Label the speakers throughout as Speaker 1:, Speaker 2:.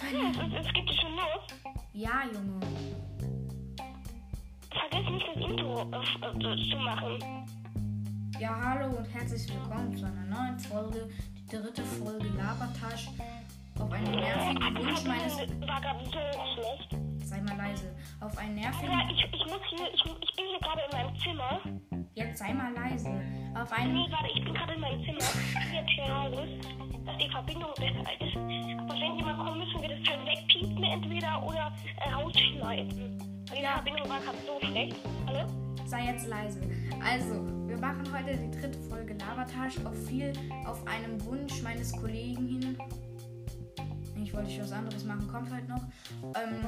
Speaker 1: Hm, und es geht schon los.
Speaker 2: Ja, Junge.
Speaker 1: Vergiss nicht das Intro äh, äh, zu machen.
Speaker 2: Ja, hallo und herzlich willkommen zu einer neuen Folge, die dritte Folge Labertasch. Auf einen nervigen Wunsch meines.
Speaker 1: Das war gerade so schlecht.
Speaker 2: Sei mal leise. Auf einen
Speaker 1: Ja,
Speaker 2: nervigen.
Speaker 1: ich, ich muss hier, ich, ich bin hier gerade in meinem Zimmer.
Speaker 2: Jetzt sei mal leise. Auf einen.
Speaker 1: Nee, warte, ich bin gerade in meinem Zimmer. Ich bin jetzt hier raus, dass die Verbindung besser ist. Aber wenn jemand kommt, müssen wir das halt wegpiepen entweder oder äh, rausschneiden. Weil die
Speaker 2: Ja.
Speaker 1: Verbindung war gerade so schlecht. Hallo?
Speaker 2: Sei jetzt leise. Also, wir machen heute die dritte Folge Labertasch auf viel, auf einem Wunsch meines Kollegen hin. Eigentlich wollte ich was anderes machen, kommt halt noch. Ähm,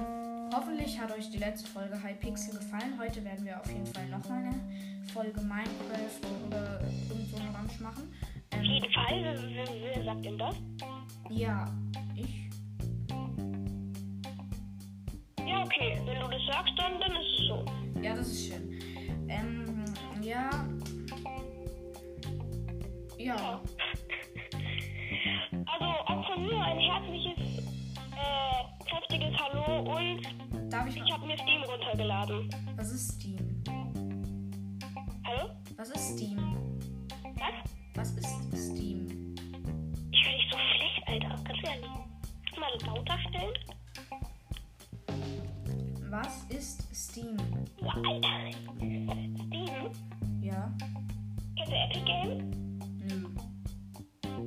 Speaker 2: hoffentlich hat euch die letzte Folge Hypixel gefallen. Heute werden wir auf jeden Fall nochmal eine Folge Minecraft oder irgend so einen Ramsch machen.
Speaker 1: Auf
Speaker 2: Ähm,
Speaker 1: jeden Fall, wer, wer, wer sagt denn das?
Speaker 2: ja, ich.
Speaker 1: Ja, okay, wenn du das sagst, dann, dann ist es so.
Speaker 2: Ja, das ist schön. Ähm, ja. Ja.
Speaker 1: Also auch von mir ein herzliches, äh, kräftiges Hallo und
Speaker 2: Darf ich.
Speaker 1: ich habe mir Steam runtergeladen.
Speaker 2: Was ist Steam?
Speaker 1: Hallo?
Speaker 2: Was ist Steam?
Speaker 1: Was?
Speaker 2: Was ist Steam?
Speaker 1: Ich höre dich so schlecht, Alter. Ganz ehrlich. Kannst du mal lauter stellen?
Speaker 2: Was ist Steam?
Speaker 1: Boah, Alter. Steam?
Speaker 2: Ja? Hm.
Speaker 1: Kennst du Epic Game?
Speaker 2: Nö.
Speaker 1: Der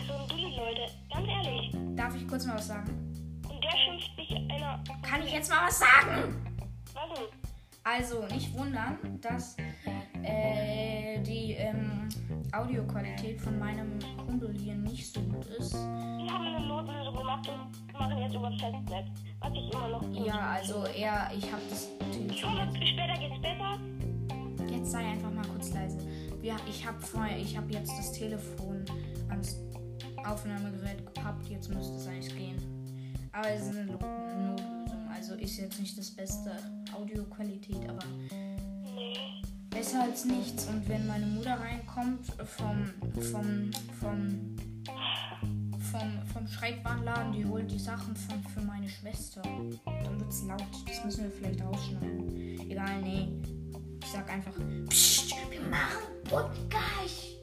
Speaker 1: ist so ein Dulli, Leute. Ganz ehrlich.
Speaker 2: Darf ich kurz mal was sagen?
Speaker 1: Und der schimpft dich einer.
Speaker 2: Kann ich jetzt mal was sagen?
Speaker 1: Was denn?
Speaker 2: Also, nicht wundern, dass äh, die ähm, Audioqualität von meinem Kumpel hier nicht so gut ist.
Speaker 1: Wir haben eine Notlösung gemacht und machen jetzt über Festnetz. Was ich immer noch. gut
Speaker 2: Ja, also eher, ich habe das
Speaker 1: Ich hoffe,
Speaker 2: Telefon.
Speaker 1: später geht's besser.
Speaker 2: Jetzt sei einfach mal kurz leise. Wir, ich habe vorher, ich habe jetzt das Telefon ans Aufnahmegerät gepappt. Jetzt müsste es eigentlich gehen. Aber es ist eine Lo- Notlösung. Also ist jetzt nicht das beste Audioqualität, aber
Speaker 1: Nee.
Speaker 2: besser als nichts. Und wenn meine Mutter reinkommt vom vom vom vom, vom Schreibwarenladen, die holt die Sachen von, für meine Schwester. Dann wird's laut. Das müssen wir vielleicht rausschneiden. Egal, nee. Ich sag einfach, Psst, wir machen Podcast.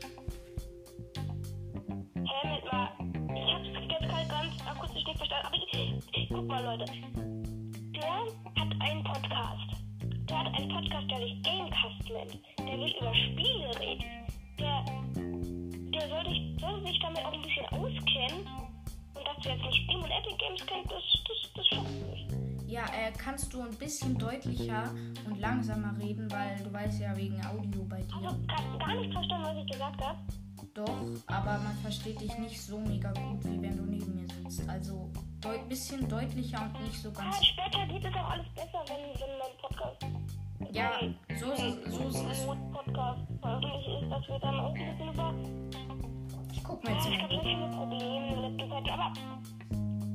Speaker 1: Hä, mit mal. Äh, Ich hab's jetzt gerade ganz akustisch nicht verstanden. Aber ich. Guck mal, Leute. Der hat einen Podcast. Der hat einen Podcast, der sich Gamecast nennt. Der will über Spiele reden. Der. Der soll sich, soll sich damit auch ein bisschen auskennen. Und dass du jetzt nicht Steam und Epic Games kennst, das, das, das schockt mich.
Speaker 2: Ja, äh, kannst du ein bisschen deutlicher und langsamer reden, weil du weißt ja wegen Audio bei
Speaker 1: Also,
Speaker 2: dir.
Speaker 1: gar, gar nicht verstanden, was ich gesagt habe.
Speaker 2: Doch, aber man versteht dich nicht so mega gut, wie wenn du neben mir sitzt. Also deut bisschen deutlicher und nicht so ganz.
Speaker 1: Ah, später geht es auch alles besser, wenn, wenn mein Podcast.
Speaker 2: Ja, so ist es. So ist es.
Speaker 1: Podcast veröffentlicht ist, dass wir dann auch ein bisschen über.
Speaker 2: Ich guck mal
Speaker 1: Ja,
Speaker 2: jetzt.
Speaker 1: ich
Speaker 2: mal.
Speaker 1: habe so viele Probleme in letzter Zeit, aber.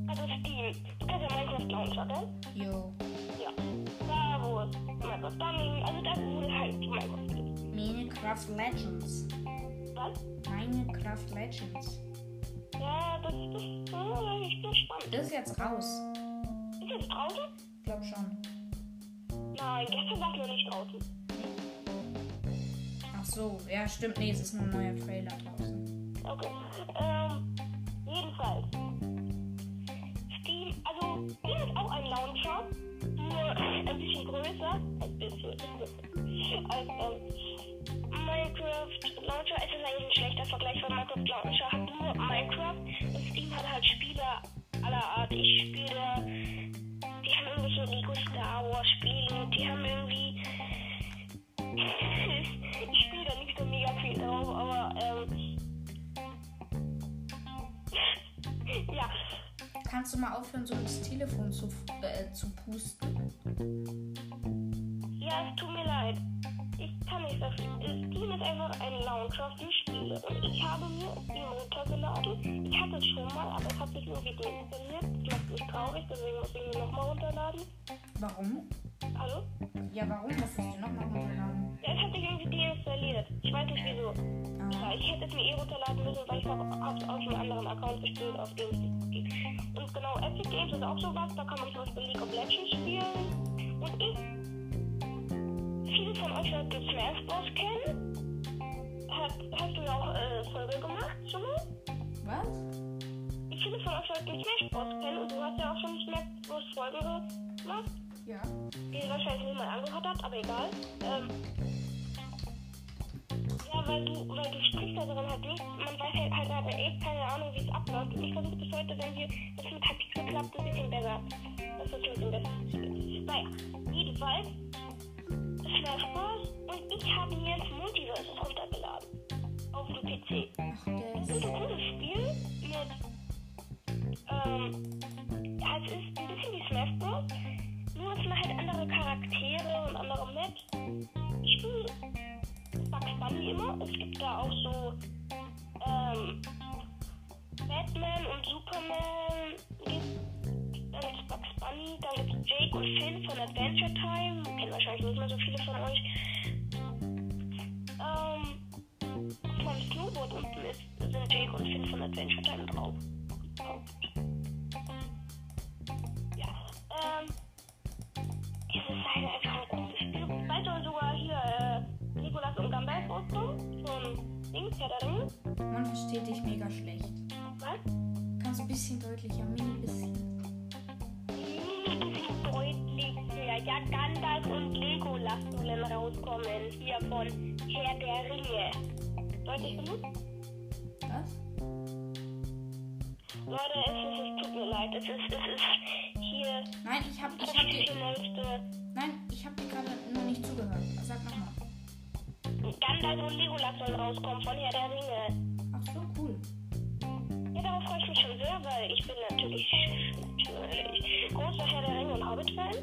Speaker 1: halt Also, Steam. Du kannst ja Minecraft launchen, oder?
Speaker 2: Yo.
Speaker 1: Ja. Da, wo es Minecraft Dummy, also da, wo es halt Minecraft gibt.
Speaker 2: Minecraft Legends.
Speaker 1: Was?
Speaker 2: Minecraft Legends.
Speaker 1: Ja, das ist. äh, Ich bin spannend.
Speaker 2: Das ist jetzt raus.
Speaker 1: Ist das draußen?
Speaker 2: Ich glaub schon.
Speaker 1: Nein, gestern war es noch nicht draußen.
Speaker 2: Ach so, ja, stimmt. Nee, es ist nur ein neuer Trailer draußen.
Speaker 1: Okay. Ähm, jedenfalls. Steam, also, Steam ist auch ein Launcher, nur ein bisschen größer, ein bisschen, als ähm, Minecraft Launcher. Es ist eigentlich ein schlechter Vergleich, weil Minecraft Launcher hat nur Minecraft und Steam hat halt Spiele aller Art. Ich spiele, die haben irgendwelche Lego Star Wars Spiele, die haben irgendwie. ich spiele da nicht so mega viel drauf, aber ähm. ja.
Speaker 2: Kannst du mal aufhören, so ins Telefon zu, äh, zu pusten?
Speaker 1: Ja, es tut mir leid. Ich kann nicht dafür. Steam ist einfach ein Launcher für Spiele. Und ich habe mir Steam runtergeladen. Ich hatte es schon mal, aber es hat sich irgendwie deinstalliert. Das macht mich traurig, deswegen muss ich mir nochmal runterladen.
Speaker 2: Warum?
Speaker 1: Hallo?
Speaker 2: Ja, warum musst du es dir nochmal runterladen?
Speaker 1: Ja, es hat sich irgendwie deinstalliert. Ich weiß nicht wieso. Ja,
Speaker 2: Ah,
Speaker 1: ich hätte es mir eh runterladen müssen, weil ich habe auf, auf einem anderen Account gespielt, auf dem es nicht geht. Und genau, Epic Games ist auch sowas, da kann man zum Beispiel League of Legends spielen. Und ich, viele von euch werden den Smash Bros. kennen. Hat, hast du ja auch äh, Folge gemacht schon mal?
Speaker 2: Was?
Speaker 1: Viele von euch werden den Smash Bros. kennen und du hast ja auch schon Smash Bros. Folge gemacht.
Speaker 2: Ja.
Speaker 1: die wahrscheinlich niemand angehört hat, aber egal. Ähm, ja, weil du, weil du sprichst da drin halt nicht. Man weiß halt, halt hat echt keine Ahnung, wie es abläuft. Und ich versuche bis heute, wenn wir das mit Kapitel klappt, ein bisschen besser. Das ist ein bisschen besser. Naja, jedenfalls, es war Spaß und ich habe mir ins Multiverse runtergeladen. Auf dem PC.
Speaker 2: Ach, der
Speaker 1: Das ist
Speaker 2: ist.
Speaker 1: ein cooles Spiel mit. Ähm, ja, es ist ein bisschen wie Smash Bros. Nur es sind halt andere Charaktere und andere Maps. Ich spiele Bugs Bunny immer. Es gibt da auch so ähm, Batman und Superman. Gibt, dann gibt es Bugs Bunny, dann gibt es Jake und Finn von Adventure Time. Kennen wahrscheinlich nicht mehr so viele von euch. Ähm, von Snowboard unten ist, sind Jake und Finn von Adventure Time drauf. Ja, ähm, es ist halt einfach ein gutes Spiel. Weißt du sogar hier, äh, Nikolas und Gambelf Rüstung von Dings, Herr der Ringe.
Speaker 2: Man versteht dich mega schlecht.
Speaker 1: Was?
Speaker 2: Kannst du ein bisschen deutlicher, mini bisschen.
Speaker 1: Hm, Deutlich mehr. Ja, Gandalf und Legolas sollen rauskommen. Hier von Herr der Ringe. Deutlich genug?
Speaker 2: Was?
Speaker 1: Leute, es, ist, es tut mir leid. Es ist, es ist hier
Speaker 2: Nein, ich hab,
Speaker 1: das
Speaker 2: ich hab dir,
Speaker 1: schlimmste.
Speaker 2: nein, ich hab dir gerade nur nicht zugehört. Sag nochmal.
Speaker 1: Gandalf und Legolas sollen rauskommen von Herr der Ringe.
Speaker 2: Ach so, cool.
Speaker 1: Ja, darauf freue ich mich schon sehr, weil ich bin natürlich, natürlich großer Herr der Ringe und Hobbit-Fan.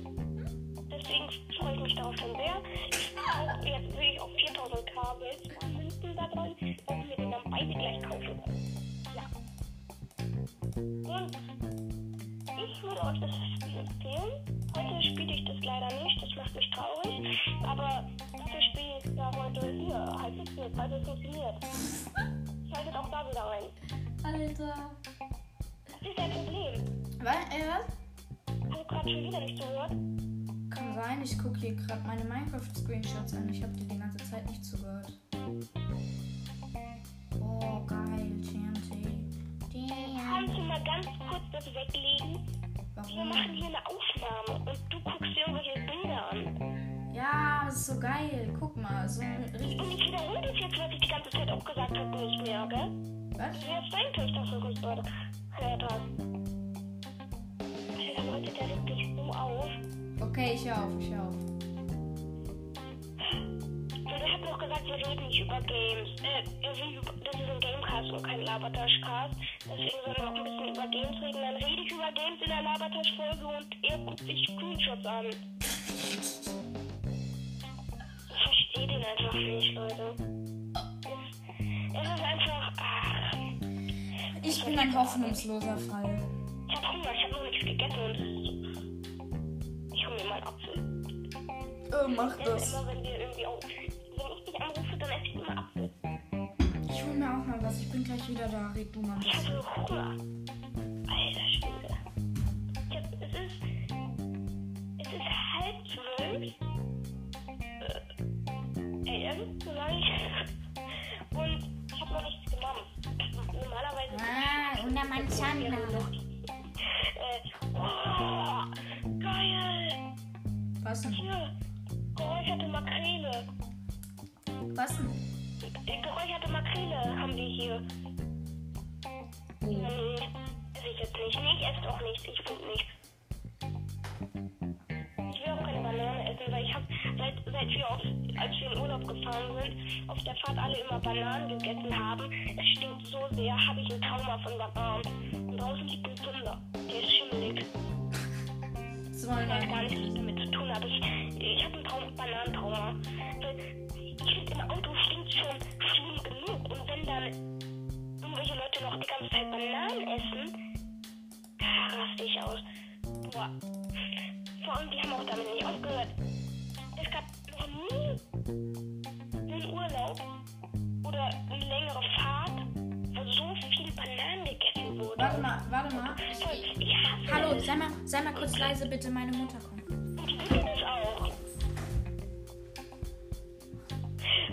Speaker 1: Deswegen freue ich mich darauf schon sehr. Auch jetzt will ich auf 4000 Kabel Münzen da drin, dass wir den dann beide gleich kaufen können. Ja. Und ich würde euch das Spiel empfehlen. Heute spiele ich das leider nicht, das macht mich traurig. Aber dafür spiele ich ja heute hier, halt mit, mit, weil es funktioniert. Schaltet auch da wieder rein.
Speaker 2: Alter.
Speaker 1: Das ist ein Problem.
Speaker 2: Was? Äh, was?
Speaker 1: Hast du gerade schon wieder nicht zugehört?
Speaker 2: Kann sein, ich gucke hier gerade meine Minecraft-Screenshots an. Ich habe dir die ganze Zeit nicht zugehört. Oh, geil, TNT. TNT.
Speaker 1: Kannst du mal ganz kurz das weglegen? Wir machen
Speaker 2: Warum?
Speaker 1: hier eine Aufnahme und du guckst dir irgendwelche Bilder an.
Speaker 2: Ja, das ist so geil. Guck mal, so ein
Speaker 1: Und
Speaker 2: richtig.
Speaker 1: ich wiederhole das jetzt, was ich die ganze Zeit auch gesagt habe, nicht mehr, gell?
Speaker 2: Was?
Speaker 1: Du hast deinen Töchter verrückt, Leute. Alter. Alter, Leute, der regt mich so auf.
Speaker 2: Okay, ich hör auf, ich hör auf.
Speaker 1: Und er hat noch gesagt, wir reden nicht über Games. Äh, wir reden über- das ist ein Gamecast und kein Labertaschcast. Deswegen sollen wir auch ein bisschen über Games reden. Dann rede ich über Games in der Labertasch-Folge und er guckt sich Screenshots an. Ich verstehe den einfach nicht, Leute. Es, es ist einfach. Ach,
Speaker 2: Ich bin ein hoffnungsloser Fall.
Speaker 1: ich hab Hunger, ich hab noch nichts gegessen und. Ich hol mir mal einen Apfel.
Speaker 2: Äh, mach
Speaker 1: Denn immer, wenn wir irgendwie auch. Wenn ich dich anrufe, dann esse ich immer Apfel.
Speaker 2: Ich hol mir auch mal was. Ich bin gleich wieder da. Red du mal.
Speaker 1: Ich hatte Hunger. Alter Schwede. Ich hab, es ist. Es ist halb zwölf. Äh, AM, sag ich. Und ich hab noch nichts genommen. Normalerweise.
Speaker 2: Ah, una manzana.
Speaker 1: Äh, oh, geil.
Speaker 2: Was denn?
Speaker 1: Hier. Geräucherte Makrele.
Speaker 2: Was denn?
Speaker 1: Äh, Geräucherte Makrele haben wir hier.
Speaker 2: Oh.
Speaker 1: Nee, esse ich jetzt nicht. Nee, ich esse auch nichts. Ich finde nichts. Ich will auch keine Banane essen, weil ich habe, seit, seit wir auf, als wir in Urlaub gefahren sind, auf der Fahrt alle immer Bananen gegessen haben. Es stinkt so sehr, habe ich ein Trauma von Bananen. Und draußen liegt ein Zunder. Der ist schimmelig.
Speaker 2: Das
Speaker 1: Ich
Speaker 2: wollen
Speaker 1: weiß gar nicht, was
Speaker 2: wir.
Speaker 1: damit zu tun hat. Ich, ich habe ein Traum, Bananentrauma. Weil Ich finde, im Auto stinkt schon schlimm genug. Und wenn dann irgendwelche Leute noch die ganze Zeit Bananen essen, da raste ich aus. Boah. Vor allem, die haben auch damit nicht aufgehört. Es gab noch nie einen Urlaub oder eine längere Fahrt, wo so viel Bananen gegessen wurde.
Speaker 2: Warte mal, warte mal.
Speaker 1: Voll, ich hasse
Speaker 2: Hallo, Sekunde, sei mal, sei mal kurz leise, bitte. Meine Mutter kommt.
Speaker 1: Und die wissen das auch.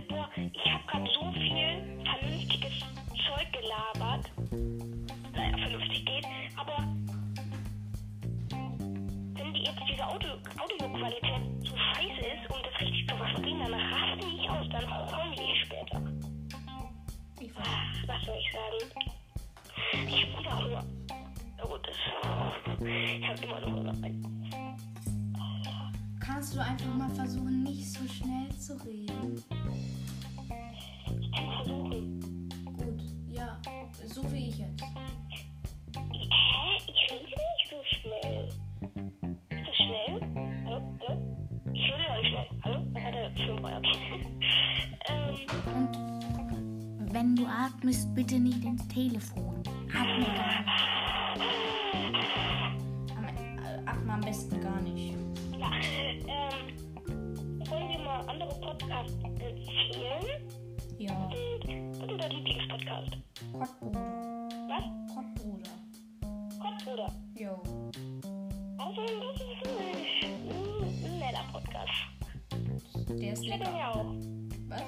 Speaker 1: Boah, ich habe gerade so viel vernünftiges Zeug gelabert. Naja, vernünftig geht, aber wenn die jetzt diese Audio Audioqualität so scheiße ist und das richtig zu verstehen, dann raste ich aus, dann heule ich später.
Speaker 2: Ich weiß.
Speaker 1: Ah, Was soll ich sagen? Ich hab wieder Hunger. Na gut, das- ich hab immer noch Hunger.
Speaker 2: Kannst du einfach mal versuchen, nicht so schnell zu reden?
Speaker 1: Ich kann versuchen.
Speaker 2: Gut, ja, so wie ich jetzt.
Speaker 1: Hä? Ich rede nicht so schnell. Ist das schnell? Hallo? Hallo? Ich rede doch nicht schnell. Hallo? Was hat er für ein Feuer? Ähm,
Speaker 3: Und wenn du atmest, bitte nicht ins Telefon.
Speaker 2: Atme gar nicht. Am- äh, Atme am besten gar nicht.
Speaker 1: ja. Ähm, wollen wir mal andere Podcasts empfehlen?
Speaker 2: Ja,
Speaker 1: Hm, Was ist dein Lieblingspodcast?
Speaker 2: Kottbruder.
Speaker 1: Was?
Speaker 2: Kottbruder.
Speaker 1: Kotzbruder.
Speaker 2: Jo.
Speaker 1: Also, das ist ein, ein, ein netter Podcast.
Speaker 2: Der ist
Speaker 1: Ich höre den
Speaker 2: lecker.
Speaker 1: ja auch.
Speaker 2: Was?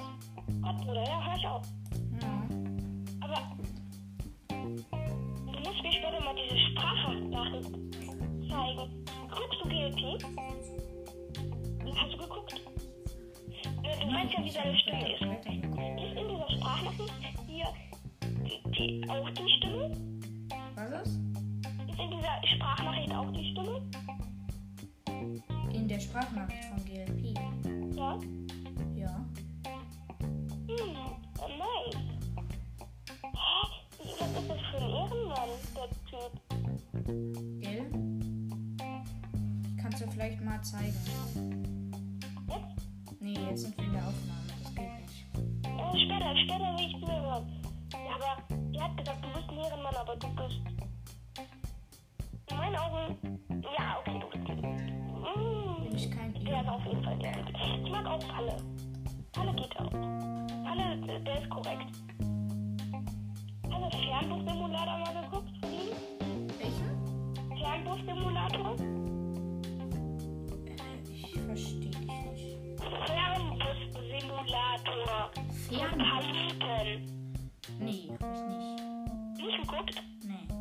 Speaker 1: Kotzbruder, ja, hör ich auch.
Speaker 2: Ja.
Speaker 1: Aber du musst mir später mal diese Sprachnachrichten zeigen. Guckst du GLP? Hast du geguckt? Ja, Du weißt ja, wie seine Stimme ist. Ist in dieser Sprachnachricht hier die, die, auch die Stimme?
Speaker 2: Was ist?
Speaker 1: Ist in dieser Sprachnachricht auch die Stimme?
Speaker 2: In der Sprachnachricht von GLP.
Speaker 1: Ja.
Speaker 2: Ja.
Speaker 1: Hm, oh nice. Hä? Was ist das für ein Ehrenmann, der Typ?
Speaker 2: Gell? Kannst du vielleicht mal zeigen?
Speaker 1: Jetzt?
Speaker 2: Nee, jetzt sind wir in der Aufnahme. Das geht nicht.
Speaker 1: Äh, später, später will ich mehr hören. Ja, aber er hat gesagt, du bist ein Ehrenmann, aber du bist. In meinen Augen. Ja, okay, du bist.
Speaker 2: Bin
Speaker 1: Mmh,
Speaker 2: ich kein
Speaker 1: der
Speaker 2: Ehe.
Speaker 1: ist auf jeden Fall der Typ. Ich mag auch Palle. Palle geht auch. Palle, äh, der ist korrekt. Hast du Fernbus-Simulator mal geguckt? Hm?
Speaker 2: Welchen?
Speaker 1: Fernbus-Simulator?
Speaker 2: Äh, Ich verstehe dich nicht.
Speaker 1: Fernbus-Simulator.
Speaker 2: Fern?
Speaker 1: Paluten.
Speaker 2: Nee, hab ich nicht.
Speaker 1: Nicht geguckt?
Speaker 2: Nee.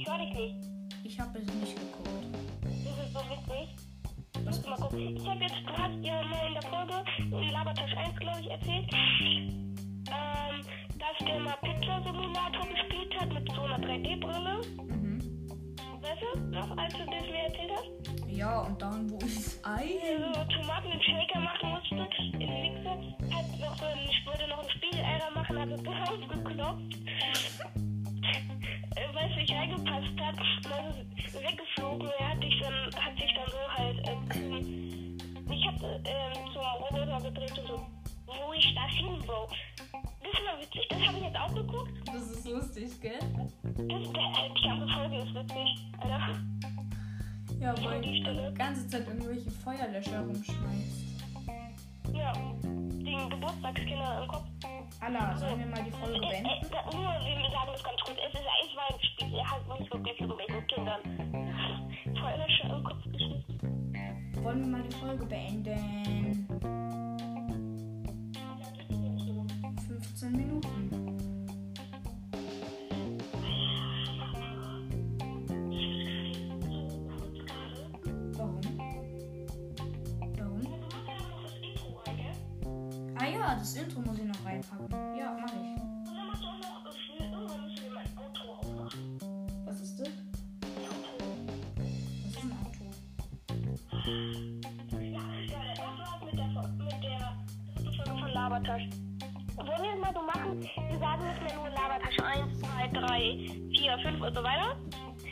Speaker 1: Ich höre dich nicht.
Speaker 2: Ich habe es nicht geguckt.
Speaker 1: Das ist so witzig.
Speaker 2: Was
Speaker 1: Mal gucken. Ich habe jetzt, du hast ja mal in der Folge in Labertisch 1, glaube ich, erzählt, ähm, dass der mal Pizza-Simulator gespielt hat mit so einer 3D-Brille.
Speaker 2: Mhm.
Speaker 1: Weißt du, noch als du das mir erzählt hast?
Speaker 2: Ja, und dann wo ist
Speaker 1: Wenn
Speaker 2: Ei?
Speaker 1: du so Tomaten in Shaker machen musstest, im Mixer, hat noch so ein, ich wollte noch einen Spiegeleier machen, hat es draufgeklopft. Äh, Weil es nicht reingepasst hat, dann ist es weggeflogen. Er hat sich dann, hat sich dann so halt, äh, zum- ich hab äh, zum Roboter gedreht und so, wo ich das hinbaue. Das war witzig, das habe ich jetzt auch geguckt.
Speaker 2: Das ist lustig, gell?
Speaker 1: Das, der, äh, die ganze Folge ist witzig. Alter.
Speaker 2: Ja, weil du die ganze Zeit irgendwelche Feuerlöscher rumschmeißt.
Speaker 1: Ja, den Geburtstagskinder im Kopf.
Speaker 2: Allah, sollen wir mal die
Speaker 1: Äh,
Speaker 2: Folge
Speaker 1: äh,
Speaker 2: beenden?
Speaker 1: da- Nur, wir sagen das ganz gut. Es ist ein Weinspiel. Er hat nicht wirklich irgendwelchen Kindern Feuerlöscher im Kopf geschnitten.
Speaker 2: Wollen wir mal die Folge beenden? 15 Minuten. Warum? Warum? Ah ja, das Intro muss ich noch reinpacken. Ja, mache ich. Was ist das? Was ist ein Auto?
Speaker 1: Labertasch. Wollen wir es mal so machen? Wir sagen nicht mehr nur Labertasch 1, 2, 3, 4, 5 und so weiter.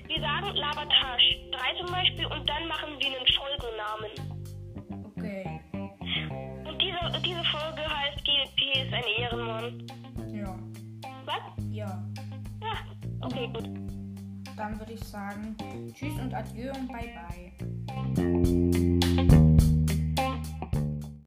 Speaker 1: Wir sagen Labertasch 3 zum Beispiel und dann machen wir einen Folgennamen.
Speaker 2: Okay.
Speaker 1: Und diese, diese Folge heißt GLP ist ein Ehrenmann.
Speaker 2: Ja.
Speaker 1: Was?
Speaker 2: Ja.
Speaker 1: Ja. Okay, gut.
Speaker 2: Dann würde ich sagen, tschüss und adieu und bye bye.